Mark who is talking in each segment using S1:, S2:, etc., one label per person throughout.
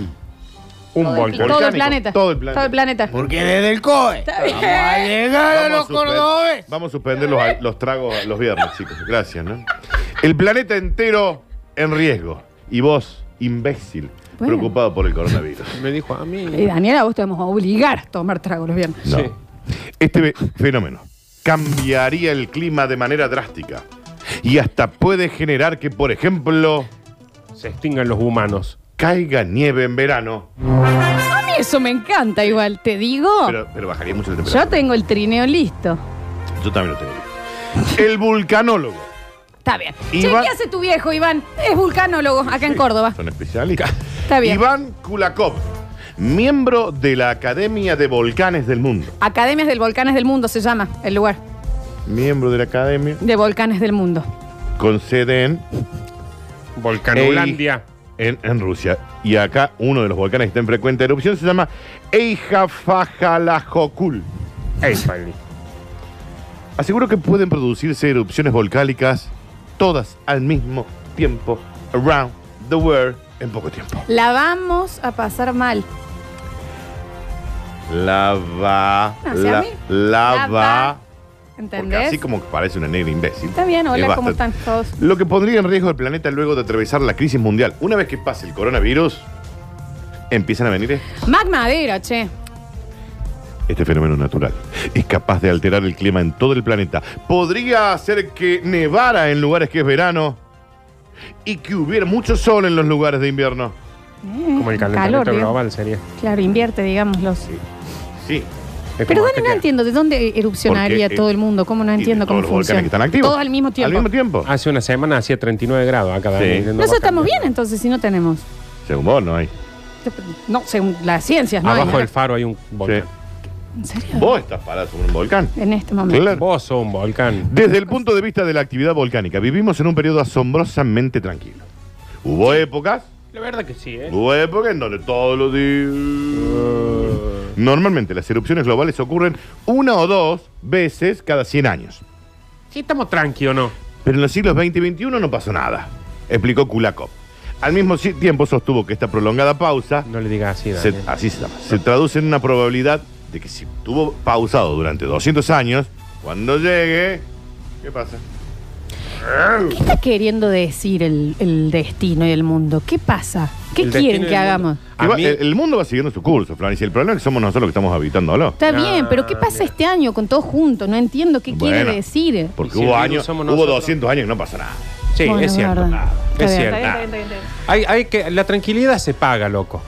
S1: un
S2: el-
S1: volcán.
S2: Todo el
S1: volcánico,
S2: planeta.
S1: Todo el planeta.
S2: Todo el planeta.
S3: Porque desde el COE
S2: Está bien.
S3: llegar
S1: Vamos a suspender- Vamos a suspender los, los tragos los viernes, chicos. Gracias, ¿no? El planeta entero en riesgo. Y vos, imbécil,
S2: Bueno.
S1: preocupado por el coronavirus.
S3: Me dijo a mí.
S2: Y Daniela, vos te vamos a obligar a tomar trago los viernes.
S1: No.
S3: Sí.
S1: Este ve- fenómeno cambiaría el clima de manera drástica. Y hasta puede generar que, por ejemplo,
S3: Se extingan los humanos.
S1: caiga nieve en verano.
S2: A mí eso me encanta igual, te digo.
S1: Pero, pero bajaría mucho la
S2: Oh. Yo
S1: temperatura.
S2: tengo el trineo listo.
S1: Yo también lo tengo. visto. El vulcanólogo.
S2: Está bien.
S1: Iván-
S2: Che, ¿qué hace tu viejo, Iván? Es vulcanólogo acá en Córdoba.
S1: Son especialistas.
S2: Está bien.
S1: Iván Kulakov, miembro de la Academia de Volcanes del Mundo.
S2: Academias del Volcanes del Mundo se llama el lugar
S1: Miembro de la Academia,
S2: de Volcanes del Mundo.
S1: con sede en,
S3: Volcanolandia.
S1: en, en Rusia. Y acá uno de los volcanes que está en frecuente erupción se llama Eijafajalajokul.
S3: Ey, Pali.
S1: Aseguro que pueden producirse erupciones volcánicas todas al mismo tiempo, around the world, en poco tiempo.
S2: La vamos a pasar mal.
S1: Lava,
S2: No, si a
S1: la,
S2: mí-
S1: lava. Porque
S2: ¿Entendés?
S1: así como que parece una negra imbécil.
S2: Está bien, hola,
S1: es
S2: ¿cómo
S1: bastante-
S2: están todos?
S1: Lo que pondría en riesgo el planeta luego de atravesar la crisis mundial. Una vez que pase el coronavirus, empiezan a venir este-
S2: Mac Madera, che.
S1: este fenómeno natural. Es capaz de alterar el clima en todo el planeta. Podría hacer que nevara en lugares que es verano y que hubiera mucho sol en los lugares de invierno.
S3: Como el calentamiento
S2: Eh, Calor, digo.
S3: global sería.
S2: Claro, invierte, digámoslo.
S1: Sí.
S3: Es
S2: Pero
S3: como
S2: Dani, no
S3: hasta que-
S2: entiendo de dónde erupcionaría
S1: Porque, eh,
S2: todo el mundo. ¿Cómo no
S1: Y
S2: entiendo
S1: todos
S2: cómo
S1: los
S2: funciona?
S1: volcanes que están activos.
S2: Todos al mismo
S1: Al
S2: tiempo.
S1: mismo tiempo.
S3: Hace una semana hacía 39 grados
S1: Sí.
S3: acá. Dani. No va
S2: Nosotros estamos
S3: a
S2: bien
S3: cambiar.
S2: entonces si no tenemos.
S1: Según vos, no hay.
S2: No, según las ciencias, ¿no?
S3: Abajo
S2: Hay-
S3: del faro hay un volcán.
S2: ¿En serio?
S1: Vos estás parado sobre un volcán.
S2: En este momento.
S1: Claro.
S3: Vos sos un volcán.
S1: Desde el punto de vista de la actividad volcánica, vivimos en un periodo asombrosamente tranquilo. Hubo épocas,
S3: La verdad que sí, ¿eh?
S1: hubo épocas en donde todos los días...
S3: Ah.
S1: Normalmente las erupciones globales ocurren una o dos veces cada 100 años.
S3: Sí, estamos tranqui o no.
S1: Pero en los siglos XX y XXI no pasó nada, explicó Kulakov. Al mismo si- tiempo sostuvo que esta prolongada pausa,
S3: No le digas así,
S1: se-
S3: Daniel.
S1: así se llama, se traduce en una probabilidad de que si estuvo pausado durante 200 años, cuando llegue... ¿Qué pasa?
S2: ¿Qué está queriendo decir el, el destino y el mundo? ¿Qué pasa? ¿Qué
S3: El destino
S2: quieren
S3: del
S2: que
S3: mundo.
S2: hagamos?
S3: A
S1: Y va-
S3: mí-
S1: el, el mundo va siguiendo su curso, Florencia. El problema es que somos nosotros los que estamos habitándolo.
S2: Está
S3: Ah,
S2: bien, pero ¿qué pasa
S3: mira.
S2: este año con todos juntos? No entiendo qué quiere
S1: Bueno.
S2: decir.
S1: Porque
S3: si el
S1: hubo
S3: virus
S1: años,
S3: somos
S1: hubo
S3: nosotros.
S1: 200 años y no pasa nada.
S3: Sí,
S2: Bueno,
S3: es cierto.
S2: verdad.
S3: Ah,
S2: Está
S3: Es
S2: bien,
S3: cierto.
S2: está bien, está bien, está bien, está bien.
S3: Hay, hay que, la tranquilidad se paga, loco.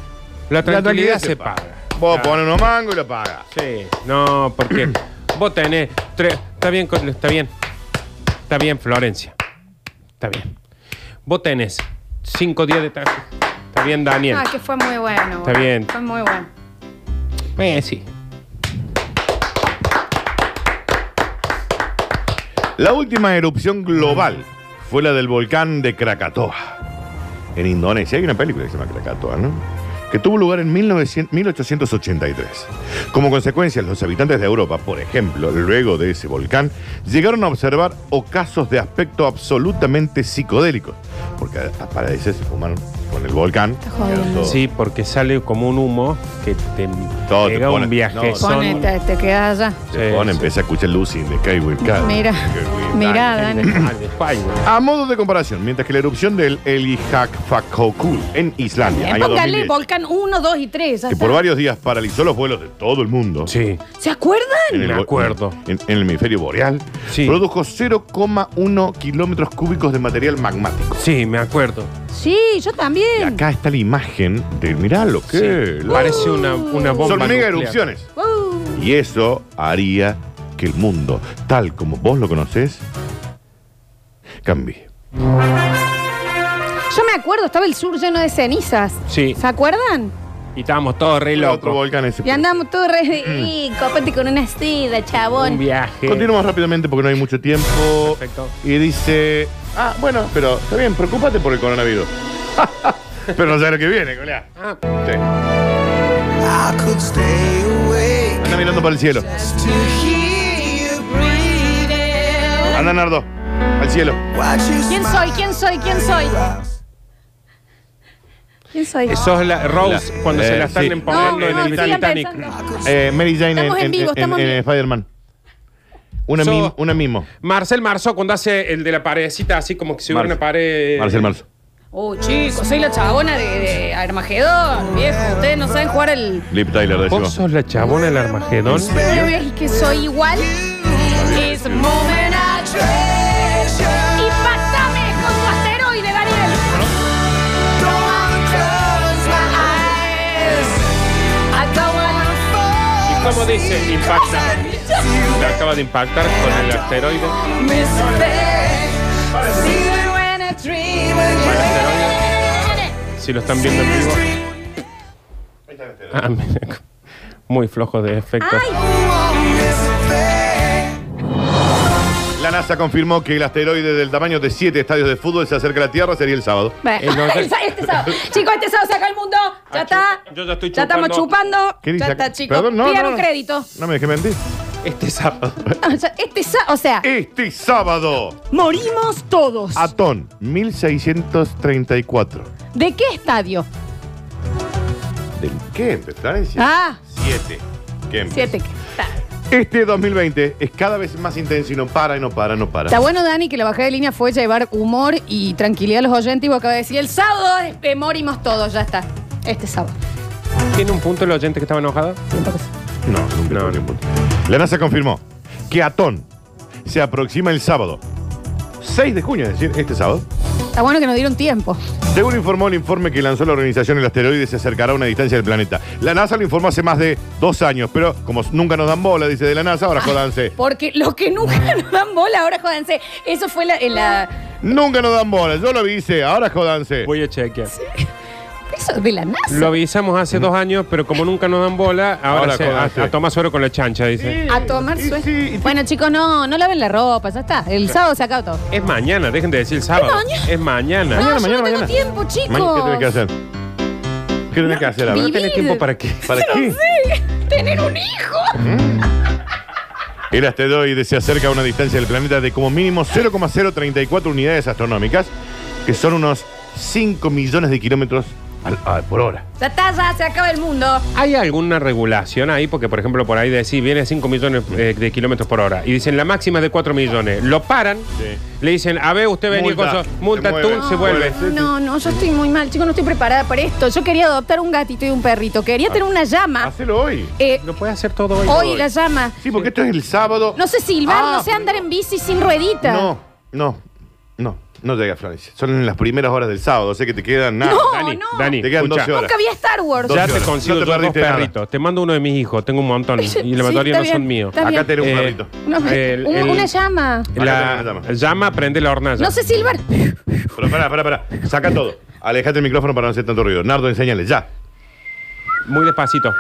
S3: La tranquilidad,
S1: tranquilidad se
S3: se
S1: paga.
S3: paga.
S1: Vos
S3: Claro.
S1: pones unos mangos y lo pagas.
S3: Sí, no, porque vos tenés tres. Está bien, con- está bien. Está bien, Florencia. Está bien. Vos tenés cinco días de trabajo. Está bien, Daniel.
S2: Ah, que fue muy bueno.
S3: Está bien.
S2: Fue muy bueno.
S3: Eh, sí.
S1: La última erupción global fue la del volcán de Krakatoa, en Indonesia. Hay una película que se llama Krakatoa, ¿no? Que tuvo lugar en 1900 1883. Como consecuencia, los habitantes de Europa, por ejemplo, luego de ese volcán, llegaron a observar ocasos de aspecto absolutamente psicodélico. Porque a- para ese se fumaron con el volcán.
S2: jodiendo.
S1: quedaron todos-
S3: Sí, porque sale como un humo que te
S1: Todo te
S3: pega
S1: pone-
S3: un viaje.
S1: no,
S2: Ponete, te quedas allá.
S1: Se pone, empieza a escuchar Lucy de Skyway
S2: Mira, mira, Ah, Dani.
S3: Ah,
S1: A modo de comparación, mientras que la erupción del Elihakfakokul en Islandia, año
S2: Eh, Póngale
S1: 2010,
S2: Volcán 1, 2 y 3.
S1: que por varios días paralizó los vuelos de todo el mundo,
S3: Sí.
S2: ¿Se acuerdan?
S1: en, el,
S3: me
S1: vo-
S3: acuerdo.
S1: en- en el hemisferio boreal,
S3: Sí.
S1: produjo 0,1 kilómetros cúbicos de material magmático.
S3: Sí, me acuerdo.
S2: Sí, yo
S1: Y
S2: también.
S1: acá está la imagen de, mirá lo que...
S3: Sí.
S1: la-
S3: Parece una, una bomba.
S1: Son mega
S3: nuclear.
S1: erupciones.
S2: Uh,
S1: Y eso haría que el mundo, tal como vos lo conocés, cambie.
S2: yo me acuerdo, estaba el sur lleno de cenizas.
S3: Sí.
S2: ¿Se acuerdan?
S3: Y estábamos todos re
S1: Otro
S3: locos.
S1: volcán ese.
S2: Y andamos todos re de. "Y, Cópate con una estida,
S3: Un
S2: chabón.
S3: viaje.
S1: Continuamos rápidamente porque no hay mucho tiempo.
S3: Perfecto.
S1: Y dice, ah, bueno, pero está bien, preocúpate por el coronavirus. pero no sabes lo que viene, colega.
S3: Ah,
S1: Sí.
S4: I could stay awake
S1: Anda mirando para el cielo.
S4: just to hear you breathing.
S1: Anda, Nardo, al cielo.
S4: Watch you
S2: ¿Quién soy? ¿Quién soy? ¿Quién soy? ¿Quién soy?
S3: Sos la Rose
S1: La-
S3: cuando
S1: eh,
S3: se la están
S1: sí.
S3: emponiendo
S2: No, no,
S3: en el
S2: sigan
S3: Titanic.
S2: pensando.
S1: Eh, Mary Jane en,
S2: Estamos en
S1: en-
S2: vivo,
S1: en-
S2: estamos
S1: en
S2: en-
S1: Spider-Man. Una,
S3: So-
S1: mim- una mimo.
S3: Marcel Marceau cuando hace el de la paredcita así como que se hubiera
S1: Marcel.
S3: una pared.
S1: Marcel Marzo.
S2: Oh, chicos, soy la chabona de, de Armagedón, viejo. Ustedes no saben jugar el.
S1: Lip Tyler,
S3: ¿Vos
S1: decimos.
S3: sos la chabona del Armagedón?
S2: ¿Ves que soy igual? It's moving out. Impactame con tu asteroide, Daniel. I don't wanna-
S3: ¿Y cómo dice? Impacta. Le acaba de impactar con el asteroide. El asteroide, Si lo están viendo en vivo. Ah, mira, Muy flojo de efectos.
S1: La NASA confirmó que el asteroide del tamaño de siete estadios de fútbol se acerca a la Tierra, sería el sábado.
S2: Bueno,
S3: Eh, no, ya-
S2: el sa- este sábado. Chicos, este sábado saca el mundo. Ya
S3: Ah,
S2: está.
S3: chu- yo ya estoy
S2: estamos
S3: chupando.
S2: chupando.
S1: ¿Qué dice
S2: Ya
S1: acá?
S2: está, chicos.
S1: Perdón, no,
S2: Pidan
S1: no,
S2: un
S1: no.
S2: crédito.
S1: No me dejé mentir.
S3: Este sábado.
S2: O sea, Este sábado, o
S3: Eh.
S2: sea,
S1: Este sábado,
S2: morimos todos.
S3: Ah.
S1: Atón, 1634.
S2: ¿De qué estadio?
S1: ¿Del Kempe, Florencia?
S2: Ah,
S1: Siete. Kempe.
S2: siete. Está.
S1: Este 2020 es cada vez más intenso y no para, y no para, no para.
S2: Está bueno, Dani, que la bajada de línea fue llevar humor y tranquilidad a los oyentes. Y vos acabas de decir, el sábado este, morimos todos, ya está. Este sábado.
S3: ¿Tiene un punto el oyente que estaba enojado?
S1: No, nunca
S3: No,
S1: tuve tiempo. La NASA confirmó que Atón se aproxima el sábado. 6 de junio, es decir, este sábado.
S2: Está bueno que nos dieron tiempo.
S1: Según informó el informe que lanzó la organización, el asteroide se acercará a una distancia del planeta. La NASA lo informó hace más de dos años, pero como nunca nos dan bola, dice de la NASA,
S2: Ah.
S1: ahora jódanse.
S2: Porque los que nunca nos dan bola, ahora jódanse. Eso fue la, en la.
S1: Nunca nos dan bola, yo lo avisé, ahora jódanse.
S3: Voy a chequear.
S2: Eso de la NASA.
S3: Lo avisamos hace dos años, pero como nunca nos dan bola, ahora,
S1: Ahora
S3: se-
S1: con- ah, sí.
S3: a, a tomar suero con la chancha, dice.
S2: A tomar
S1: Y
S2: suerte.
S1: sí, y-
S2: bueno, chicos, no, no laven la ropa, ya está. El sábado se acaba todo.
S3: Es mañana, dejen de decir el sábado.
S2: mañana?
S3: Es mañana.
S2: no, yo no tengo tiempo,
S1: Mañana, ¿Qué tenés que
S2: chicos.
S1: hacer? ¿Qué tenés que hacer? A ver.
S2: vivir.
S3: ¿Tenés tiempo para qué?
S1: ¿Para qué?
S2: Tener un hijo.
S1: El asteroide se acerca a una distancia del planeta de como mínimo 0,034 unidades astronómicas, que son unos 5 millones de kilómetros al- a- por hora.
S2: Ya está, ya se acaba el mundo.
S3: ¿Hay alguna regulación ahí? Porque, por ejemplo, por ahí decís, viene a 5 millones eh, de kilómetros por hora. Y dicen, la máxima es de 4 millones. Lo paran, le dicen, a ver, usted venía con
S1: Multa.
S3: su multa,
S1: Se
S3: tú
S1: mueve.
S3: se
S2: Ah.
S3: vuelve.
S1: Sí, sí.
S2: No, no, yo estoy muy mal, chicos, no estoy preparada para esto. Yo quería adoptar un gatito y un perrito.
S3: Ah.
S2: Quería tener una llama.
S1: Hacelo hoy.
S2: Eh,
S3: Lo puede hacer todo hoy.
S2: hoy la llama.
S1: Sí, porque esto es el sábado.
S2: No sé silbar,
S1: Ah,
S2: no sé andar en bici sin ruedita.
S1: No, no, no. No llega Florencia. Son en las primeras horas del sábado, sé que te quedan nada.
S2: No,
S3: Dani,
S2: no.
S3: Dani,
S1: Te quedan
S3: escucha.
S1: 12 horas.
S2: Nunca vi Star Wars.
S1: Dos
S3: Ya
S1: horas.
S3: te consigo
S1: No te
S3: yo dos
S1: perdiste nada.
S3: perritos. Te mando uno de mis hijos. Tengo un montón. Y la
S2: Sí,
S3: mayoría
S2: está
S3: no
S2: bien,
S3: son míos.
S2: está bien.
S1: Acá tenés un
S3: Eh,
S1: perrito.
S2: No,
S3: El-
S2: un-
S3: el-
S2: Una llama.
S3: La
S1: Acá tenés la
S3: llama. prende la hornalla.
S2: No sé silbar.
S1: Pero pará, pará, pará. Saca todo. Alejate el micrófono para no hacer tanto ruido. Nardo, enséñale, ya.
S3: Muy despacito.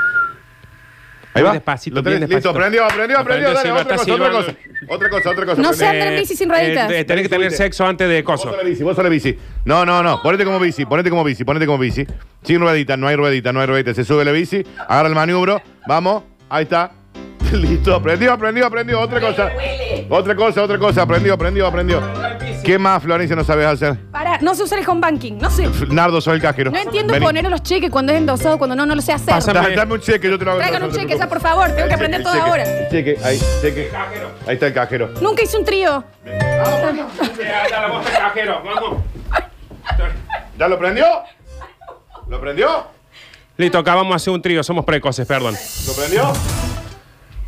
S1: Ahí
S3: Muy
S1: va.
S3: despacito,
S1: ¿Lo tenés?
S3: bien despacito.
S1: Listo, aprendió, aprendió, aprendió.
S3: Aprendió,
S1: Dale,
S3: Silva,
S1: otra
S3: está
S1: cosa, otra cosa.
S3: silbando.
S1: Otra cosa, otra cosa.
S2: No
S1: aprendió.
S2: sé andar en bici sin rueditas.
S3: eh, tenés que tener sexo antes de
S1: Vos
S3: coso.
S1: sos la bici, vos sos la bici. No, no, no. Ponete como bici, ponete como bici, ponete como bici. Sin ruedita, no hay ruedita, no hay ruedita. Se sube la bici, agarra el maniobro, vamos, ahí está. Listo, aprendió, aprendió, aprendió. Otra cosa. Otra cosa, otra cosa. Aprendió, aprendió, aprendió. ¿Qué más, Florencia, no sabes hacer?
S2: Pará, no sé usar el home banking. No sé.
S1: Nardo, soy el cajero.
S2: No entiendo
S1: Vení.
S2: poner los cheques cuando es endosado, cuando no, no lo sé hacer.
S1: Da-
S3: Pásame.
S1: Dame un cheque, yo te lo hago.
S2: Traigan
S1: No
S2: un
S1: te
S2: cheque, ya,
S1: preocupes.
S2: por favor. Tengo que
S1: El cheque,
S2: aprender
S1: el
S2: todo
S1: cheque,
S2: ahora.
S1: el Cheque, ahí, cheque. Ahí está el cajero.
S2: Nunca hice un trío.
S1: ¿Ya lo prendió? ¿Lo prendió?
S3: Listo, acá vamos a hacer un trío. Somos precoces, perdón.
S1: ¿Lo prendió?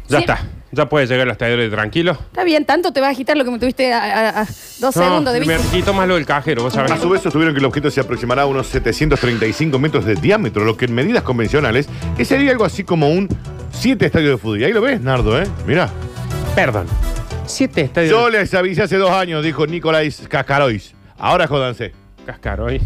S3: Ya
S2: Sí.
S3: está. Ya puedes llegar al estadio tranquilo.
S2: Está bien, tanto te va a agitar lo que me tuviste a, a- a dos segundos de
S3: me
S2: vista.
S3: quito más lo del cajero, vos sabés.
S1: A su vez sostuvieron que el objeto se aproximará a unos 735 metros de diámetro, lo que en medidas convencionales es- sería algo así como un 7 estadios de fútbol. Y ahí lo ves, Nardo, ¿eh? Mirá.
S3: Perdón. Siete estadios.
S1: Yo les avisé hace dos años, dijo Nicolás Cascarois. Ahora jódanse.
S3: Cascaro hoy.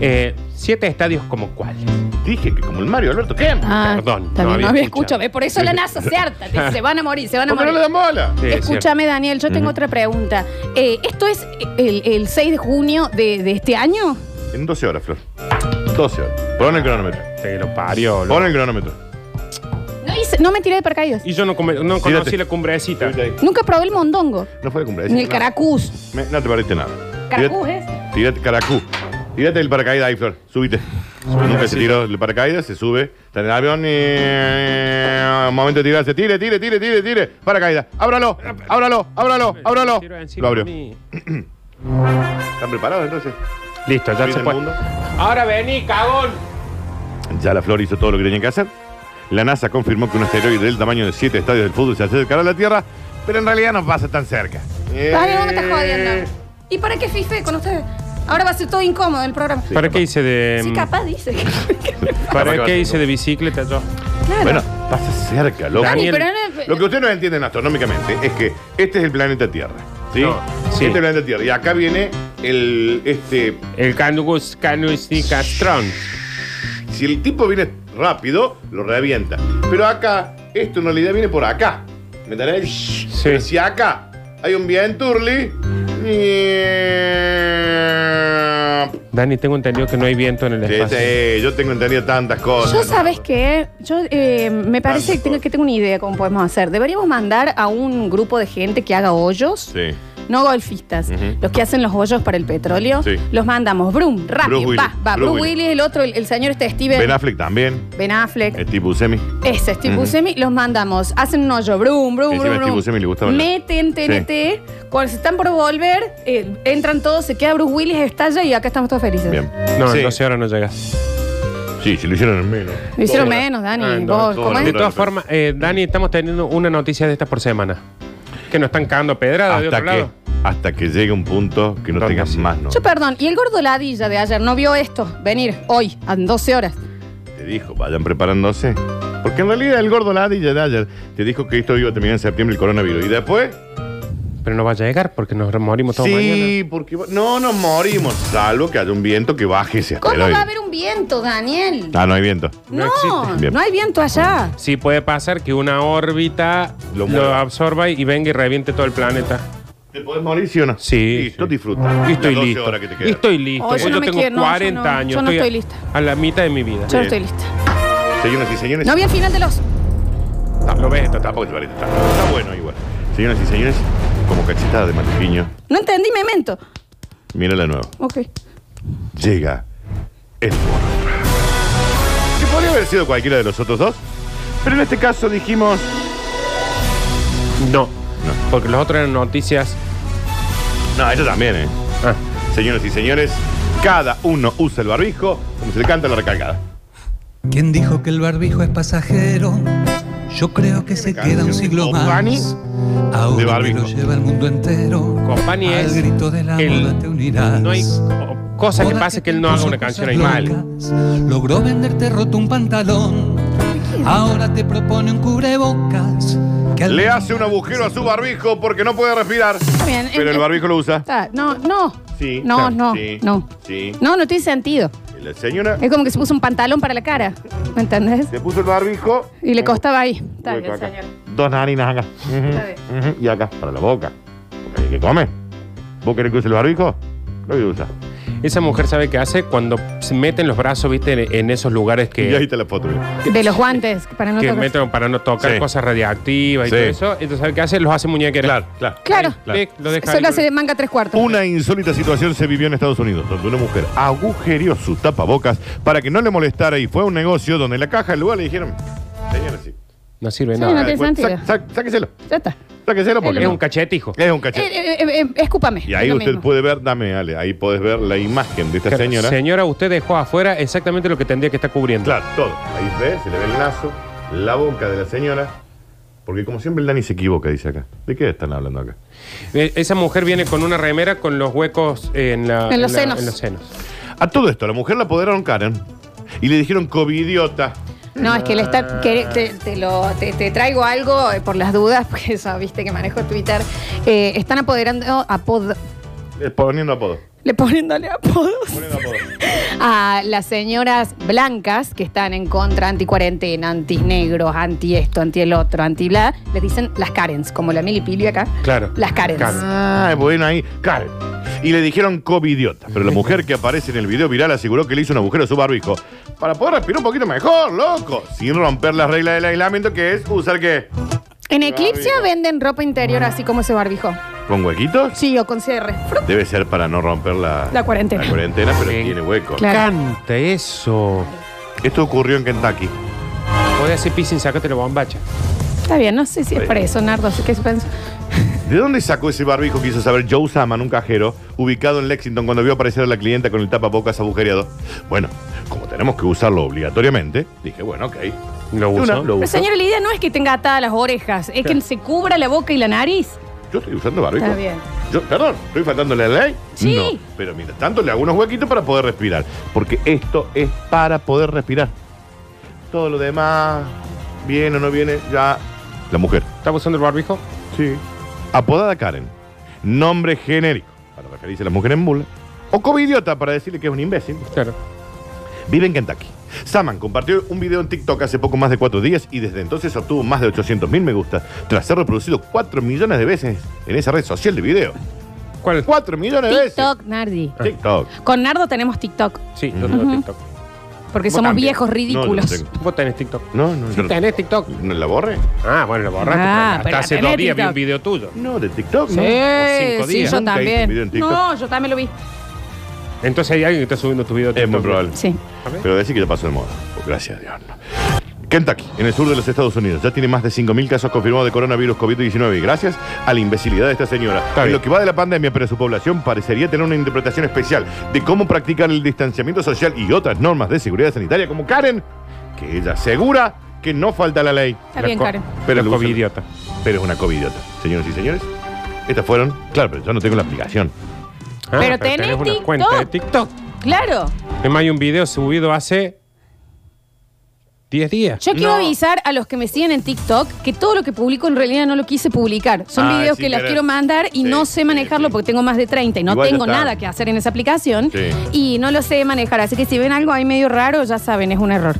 S3: Eh, siete estadios como cuáles.
S1: Dije que como el Mario Alberto, ¿qué?
S2: Ah,
S3: Perdón,
S2: está
S3: no
S2: bien,
S3: había
S2: no había
S3: escuchado.
S2: escuchado. ¿ves? Por eso la NASA se harta. te- Se van a morir, se van a
S1: ¿Por qué no
S2: morir.
S1: le dan bola?
S3: Sí, es cierto.
S2: Escúchame, Daniel, yo tengo otra pregunta. Eh, ¿Esto es el, el 6 de junio de, de este año?
S1: En 12 horas, Flor. 12 horas. Pon el cronómetro.
S3: Te Este lo parió. lo-
S1: Pon el cronómetro.
S2: No, hice- no me tiré de paracaídas.
S3: Y yo no, come- no
S1: Fíjate.
S3: conocí la cumbrecita.
S2: Nunca probé el mondongo,
S1: No fue de cumpleaños.
S2: ni el
S1: no.
S2: caracús.
S1: Me- no te perdiste nada.
S2: Caracú,
S1: Tirate-
S2: ¿es?
S1: Tirate, caracú. Tirate el paracaídas ahí, Flor. Subite. Nunca se tiró el paracaídas, se sube. Está en el avión y... Un momento de tirarse. Tire, tire, tire, tire, tire. Paracaídas. Ábralo, ábralo, ábralo, ábralo.
S3: Tiro encima
S1: Lo abrió.
S3: de mí.
S1: ¿Están preparados entonces?
S3: Listo, ya
S1: ¿Fin
S3: se
S1: del
S3: puede.
S1: mundo?
S3: Ahora vení, cagón.
S1: Ya la Flor hizo todo lo que tenían que hacer. La NASA confirmó que un asteroide del tamaño de siete estadios del fútbol se acercará a la Tierra, pero en realidad no pasa tan cerca.
S2: Daniel, vos me estás
S1: Eh,
S2: jodiendo. ¿Y para qué fifé con ustedes? Ahora va a ser todo incómodo el programa. Sí,
S3: ¿Para qué hice de.
S2: capaz dice.
S1: Capaz que
S3: ¿Para
S1: va a
S3: qué
S1: ser,
S3: hice de bicicleta yo?
S2: claro.
S1: Bueno, pasa cerca, loco.
S2: Dani,
S3: Daniel,
S2: pero no-
S1: Lo que ustedes no entienden astronómicamente es que este es el planeta Tierra. ¿Sí?
S3: No,
S1: Este
S3: sí.
S1: es el planeta Tierra. Y acá viene el. Este.
S3: El Canus Canus y Castrón.
S1: Si el tipo viene rápido, lo revienta. Pero acá, esto en realidad viene por acá. ¿Me entendés? Pero si acá hay un vienturli. Sí,
S3: Dani, tengo entendido que no hay viento en el espacio.
S1: sí, yo tengo entendido tantas cosas.
S2: Yo sabes qué, yo eh,
S1: Ah,
S2: me parece que tengo, que tengo una idea cómo podemos hacer. Deberíamos mandar a un grupo de gente que haga hoyos,
S1: Sí.
S2: no golfistas, los que hacen los hoyos para el petróleo,
S1: Sí.
S2: los mandamos, brum, rápido,
S1: Bruce
S2: va,
S1: Willis,
S2: va,
S1: Bruce
S2: Bruce Willis, el otro, el, el señor este Steven,
S1: Ben Affleck también.
S2: Ben Affleck.
S1: Steve Buscemi.
S2: Ese, Steve
S1: Ujú.
S2: Buscemi, los mandamos. Hacen un hoyo, brum, brum,
S1: Encima
S2: brum,
S1: a Steve
S2: brum.
S1: Buscemi le gustaban las-
S2: Meten TNT. Cuando se están por volver, eh, entran todos, se queda Bruce Willis, estalla y acá estamos todos felices.
S1: Bien.
S3: No,
S1: sí.
S3: en 12 horas no llegas.
S1: Sí, se lo hicieron en menos.
S2: Lo hicieron
S1: Todas.
S2: menos, Dani.
S1: Ah, no,
S2: vos,
S1: todas
S2: ¿cómo
S1: las
S2: es?
S3: De
S1: Bueno,
S3: todas
S1: pero-
S3: formas, eh, Dani, estamos teniendo una noticia de estas por semana. Que nos están cagando pedradas de
S1: hasta
S3: otro
S1: que,
S3: lado.
S1: hasta que llegue un punto que no
S3: ¿Dónde
S1: tengas
S3: sí?
S1: más no.
S2: Yo, perdón, y el gordo ladilla de ayer no vio esto venir hoy, a 12 horas.
S1: Te dijo, vayan preparándose. Porque en realidad el gordo ladilla de ayer te dijo que esto iba a terminar en septiembre el coronavirus. Y después.
S3: Pero no va a llegar porque nos morimos todos
S1: Sí, porque va- no nos morimos, salvo que haya un viento que baje ese
S2: ¿Cómo
S1: asteroide.
S2: va a haber un viento, Daniel?
S1: Ah, no hay viento.
S2: No,
S3: No
S2: no,
S3: existe.
S1: Bien.
S2: hay viento allá.
S3: mañana. Sí, puede pasar que una órbita
S1: Lo
S3: lo,
S1: mueva.
S3: absorba y venga y reviente todo el planeta.
S1: ¿Te podés morir, sí o no?
S3: Sí,
S1: Listo,
S3: sí.
S1: disfruta.
S3: Y estoy
S1: Las 12
S3: listo.
S1: horas que te
S3: Y
S1: quedan.
S3: estoy listo.
S2: Oh, yo
S3: Pues
S2: no
S3: yo
S2: me
S3: tengo
S2: quiero- no, yo
S3: 40
S2: no-
S3: años.
S2: yo no
S3: a-
S2: estoy lista.
S3: A la mitad de mi
S2: Yo
S3: vida.
S2: no
S1: Bien.
S2: estoy lista.
S1: Señoras y señores. Ah,
S2: No vi el final de los.
S3: Lo ves,
S1: Está, tampoco se parece tanto. Está bueno igual. Señoras y señores, como cachetada de Marquiño,
S2: No entendí, memento.
S1: mira la nueva.
S2: Ok.
S1: llega el Borra. Que podría haber sido cualquiera de los otros dos, pero en este caso dijimos.
S3: No. Porque los otros eran noticias.
S1: No, eso también, ¿eh?
S3: Ah,
S1: Señoras y señores, cada uno usa el barbijo como se le canta la recalcada.
S5: ¿Quién dijo que el barbijo es pasajero? Yo creo que se queda un siglo
S1: Pani
S5: más.
S1: De
S5: Ahora
S1: Barbie,
S5: me lo
S1: ¿no?
S5: lleva el mundo entero.
S3: Company
S5: Al
S3: es
S5: grito de la
S3: el-
S5: moda te unirás.
S3: No hay o- cosa que
S5: Moda
S3: pase que él no
S5: te
S3: haga una
S5: puso
S3: canción ahí
S5: cosas
S3: mal.
S5: locas, Logró venderte roto un pantalón. Ahora te propone un cubrebocas. que al-
S1: Le hace un agujero a su barbijo porque no puede respirar.
S2: bien,
S1: Pero
S2: eh,
S1: el barbijo lo usa.
S2: Está- No, no.
S1: Sí,
S2: No,
S1: claro,
S2: no,
S1: sí,
S2: no.
S1: sí.
S2: No, no tiene sentido.
S1: La señora
S2: Es como que se puso un pantalón para la cara. ¿Me entendés?
S1: se puso el barbijo.
S2: Y le costaba ahí. Está
S1: Hueco
S2: bien,
S1: acá.
S2: señor.
S1: Dos narinas acá. Ujú,
S2: Está bien.
S1: ujú, Y acá, para la boca. Porque hay que come. ¿Vos querés que use el barbijo? Lo voy a usar.
S3: Esa mujer sabe qué hace cuando se meten los brazos, viste, en, en esos lugares
S1: Y ahí
S3: que,
S1: está la foto. mira.
S2: De los guantes, para no
S3: que
S2: tocar.
S3: meten para no tocar
S1: Sí.
S3: cosas radiactivas y
S1: Sí.
S3: todo eso. Entonces, ¿sabe qué hace? Los hace muñequeras.
S1: Claro, claro.
S2: Claro.
S3: Le- lo deja ahí.
S2: Solo hace de manga tres cuartos.
S1: Una insólita situación se vivió en Estados Unidos, donde una mujer agujerió su tapabocas para que no le molestara y fue a un negocio donde en la caja del lugar le dijeron, señora, sí.
S2: Ah,
S3: No sirve
S2: Sí,
S3: nada.
S2: no tiene
S1: Bueno,
S2: sentido.
S1: sa- sa- sáqueselo,
S2: Ya está.
S1: sáqueselo porque
S3: Es
S1: no.
S3: un cachetijo.
S1: Es un
S2: Eh,
S1: cachete.
S2: eh, eh, eh, escúpame.
S1: Y ahí
S2: Es lo
S1: usted
S2: mismo.
S1: puede ver, dame, Ale, ahí podés ver la imagen de esta señora.
S3: Señora, usted dejó afuera exactamente lo que tendría que estar cubriendo.
S1: Claro, todo. Ahí ve, se le ve el lazo, la boca de la señora. Porque como siempre el Dani se equivoca, dice acá. ¿De qué están hablando acá?
S3: Eh, Esa mujer viene con una remera con los huecos en, la-
S2: En los
S3: la-
S2: senos.
S3: en los senos.
S1: A todo esto, a la mujer la apoderaron Karen y le dijeron covidiota.
S2: No, es que le está. que- te, te lo- te- te traigo algo eh, por las dudas, porque eso, viste que manejo Twitter. Eh, están apoderando. apod-
S1: Eh, Poniendo apodo.
S2: le poniéndole apodos
S1: Poniendo apodo.
S2: a las señoras blancas que están en contra anti-cuarentena, anti-negros, anti esto, anti el otro, anti bla. Les dicen las Karens, como la milipilio acá.
S3: Claro.
S2: Las Karens.
S3: Karen.
S1: Ah, bueno, ahí. Karen. Y le dijeron covidiota. Pero la mujer que aparece en el video viral aseguró que le hizo un agujero a su barbijo. Para poder respirar un poquito mejor, loco. Sin romper las reglas del aislamiento, que es usar qué.
S2: En Eclipse
S1: Barbijo.
S2: venden ropa interior así como ese barbijo.
S1: ¿Con huequitos?
S2: Sí, o con cierre. Fru-
S1: Debe ser para no romper la,
S2: La cuarentena.
S1: la cuarentena, pero
S3: Sí.
S1: tiene hueco.
S2: Claro.
S3: Canta eso.
S1: Esto ocurrió en Kentucky.
S3: Podés hacer pis sin sacarte la bombacha.
S2: Está bien, no sé si es para eso, Nardo. Así que pienso.
S1: ¿De dónde sacó ese barbijo? Quiso saber Joe Saman, un cajero, ubicado en Lexington, cuando vio aparecer a la clienta con el tapabocas agujereado. Bueno, como tenemos que usarlo obligatoriamente, dije, bueno, ok.
S3: Lo
S1: De una,
S3: uso.
S1: lo
S2: Pero
S1: uso.
S2: señora, la idea no es que tenga atadas las orejas, es que
S1: Claro.
S2: se cubra la boca y la nariz.
S1: Yo estoy usando barbijo.
S2: Está bien.
S1: Yo, perdón, ¿estoy faltándole a la ley?
S2: Sí.
S1: No, pero mira, tanto le hago unos huequitos para poder respirar. Porque esto es para poder respirar. Todo lo demás, viene o no viene, ya. La mujer.
S3: ¿Estamos usando el barbijo?
S1: Sí. Apodada Karen. Nombre genérico para referirse a la mujer en bula. O covidiota para decirle que es un imbécil.
S3: Claro.
S1: Vive en Kentucky. Saman compartió un video en TikTok hace poco más de cuatro días y desde entonces obtuvo más de 800 mil me gusta tras ser reproducido 4 millones de veces en esa red social de video.
S3: ¿Cuál?
S1: 4 millones de veces.
S2: TikTok, Nardi.
S1: TikTok.
S2: Con Nardo tenemos TikTok,
S3: Sí, yo tengo TikTok.
S2: porque
S1: Vos
S2: somos
S1: también.
S2: viejos ridículos.
S1: No, yo no tengo.
S3: Vos tenés TikTok.
S1: No, no, yo
S3: Sí,
S1: no-
S3: tenés TikTok.
S1: ¿No la borré?
S3: Ah, bueno, lo borraste.
S2: Ah,
S3: hasta
S2: pero
S3: hace
S2: tenés
S3: dos días vi
S2: TikTok.
S3: un video tuyo.
S1: No, de TikTok,
S2: Sí,
S1: no.
S3: cinco
S2: sí,
S3: días.
S2: yo
S1: Nunca hice un video
S2: también.
S1: en TikTok.
S2: No, yo también lo vi.
S3: Entonces hay alguien que está subiendo tu video. a
S1: Es muy
S3: TikTok.
S1: probable.
S2: Sí.
S1: Pero decir que ya pasó de moda. Oh, Gracias a Dios. no. Kentucky, en el sur de los Estados Unidos, ya tiene más de 5.000 casos confirmados de coronavirus COVID-19 gracias a la imbecilidad de esta señora. En lo que va de la pandemia, pero su población parecería tener una interpretación especial de cómo practicar el distanciamiento social y otras normas de seguridad sanitaria como Karen, que ella asegura que no falta la ley.
S2: Está bien,
S3: co- Ah,
S2: Karen.
S3: Pero
S1: Lo usan.
S3: covidiota.
S1: Pero es una covidiota. Señoras y señores, estas fueron... Claro, pero yo no tengo la aplicación.
S3: Ah,
S2: Pero tenés
S3: una
S2: TikTok.
S3: cuenta de TikTok.
S2: Claro.
S3: Además hay un video subido hace 10 días.
S2: Yo quiero
S1: No.
S2: avisar a los que me siguen en TikTok que todo lo que publico en realidad no lo quise publicar. Son
S1: Ah,
S2: videos
S1: sí,
S2: que las
S1: querés.
S2: quiero mandar y
S1: Sí,
S2: no sé
S1: sí,
S2: manejarlo
S1: sí.
S2: porque tengo más de 30 y no
S1: Igual ya
S2: tengo
S1: está.
S2: nada que hacer en esa aplicación
S1: Sí.
S2: y no lo sé manejar. Así que si ven algo ahí medio raro, ya saben, es un error.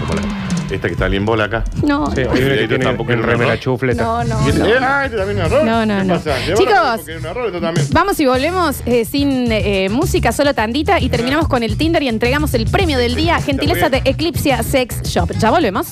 S1: Como la- Esta que está en bola acá.
S2: No.
S3: Sí, hay
S2: no.
S3: uno que
S1: Yo
S3: tiene
S1: tampoco
S3: el
S1: no,
S3: remera
S1: ¿no?
S3: chufleta.
S2: No, no.
S1: Y este- eh, ah, este también es un error.
S2: No, no,
S1: ¿Qué
S2: no.
S1: pasa? Llévalo,
S2: Chicos.
S1: porque es un error esto también.
S2: Vamos y volvemos eh, sin eh, música, solo tandita, y terminamos con el Tinder y entregamos el premio del día, gentileza de Eclipse Sex Shop. Ya volvemos.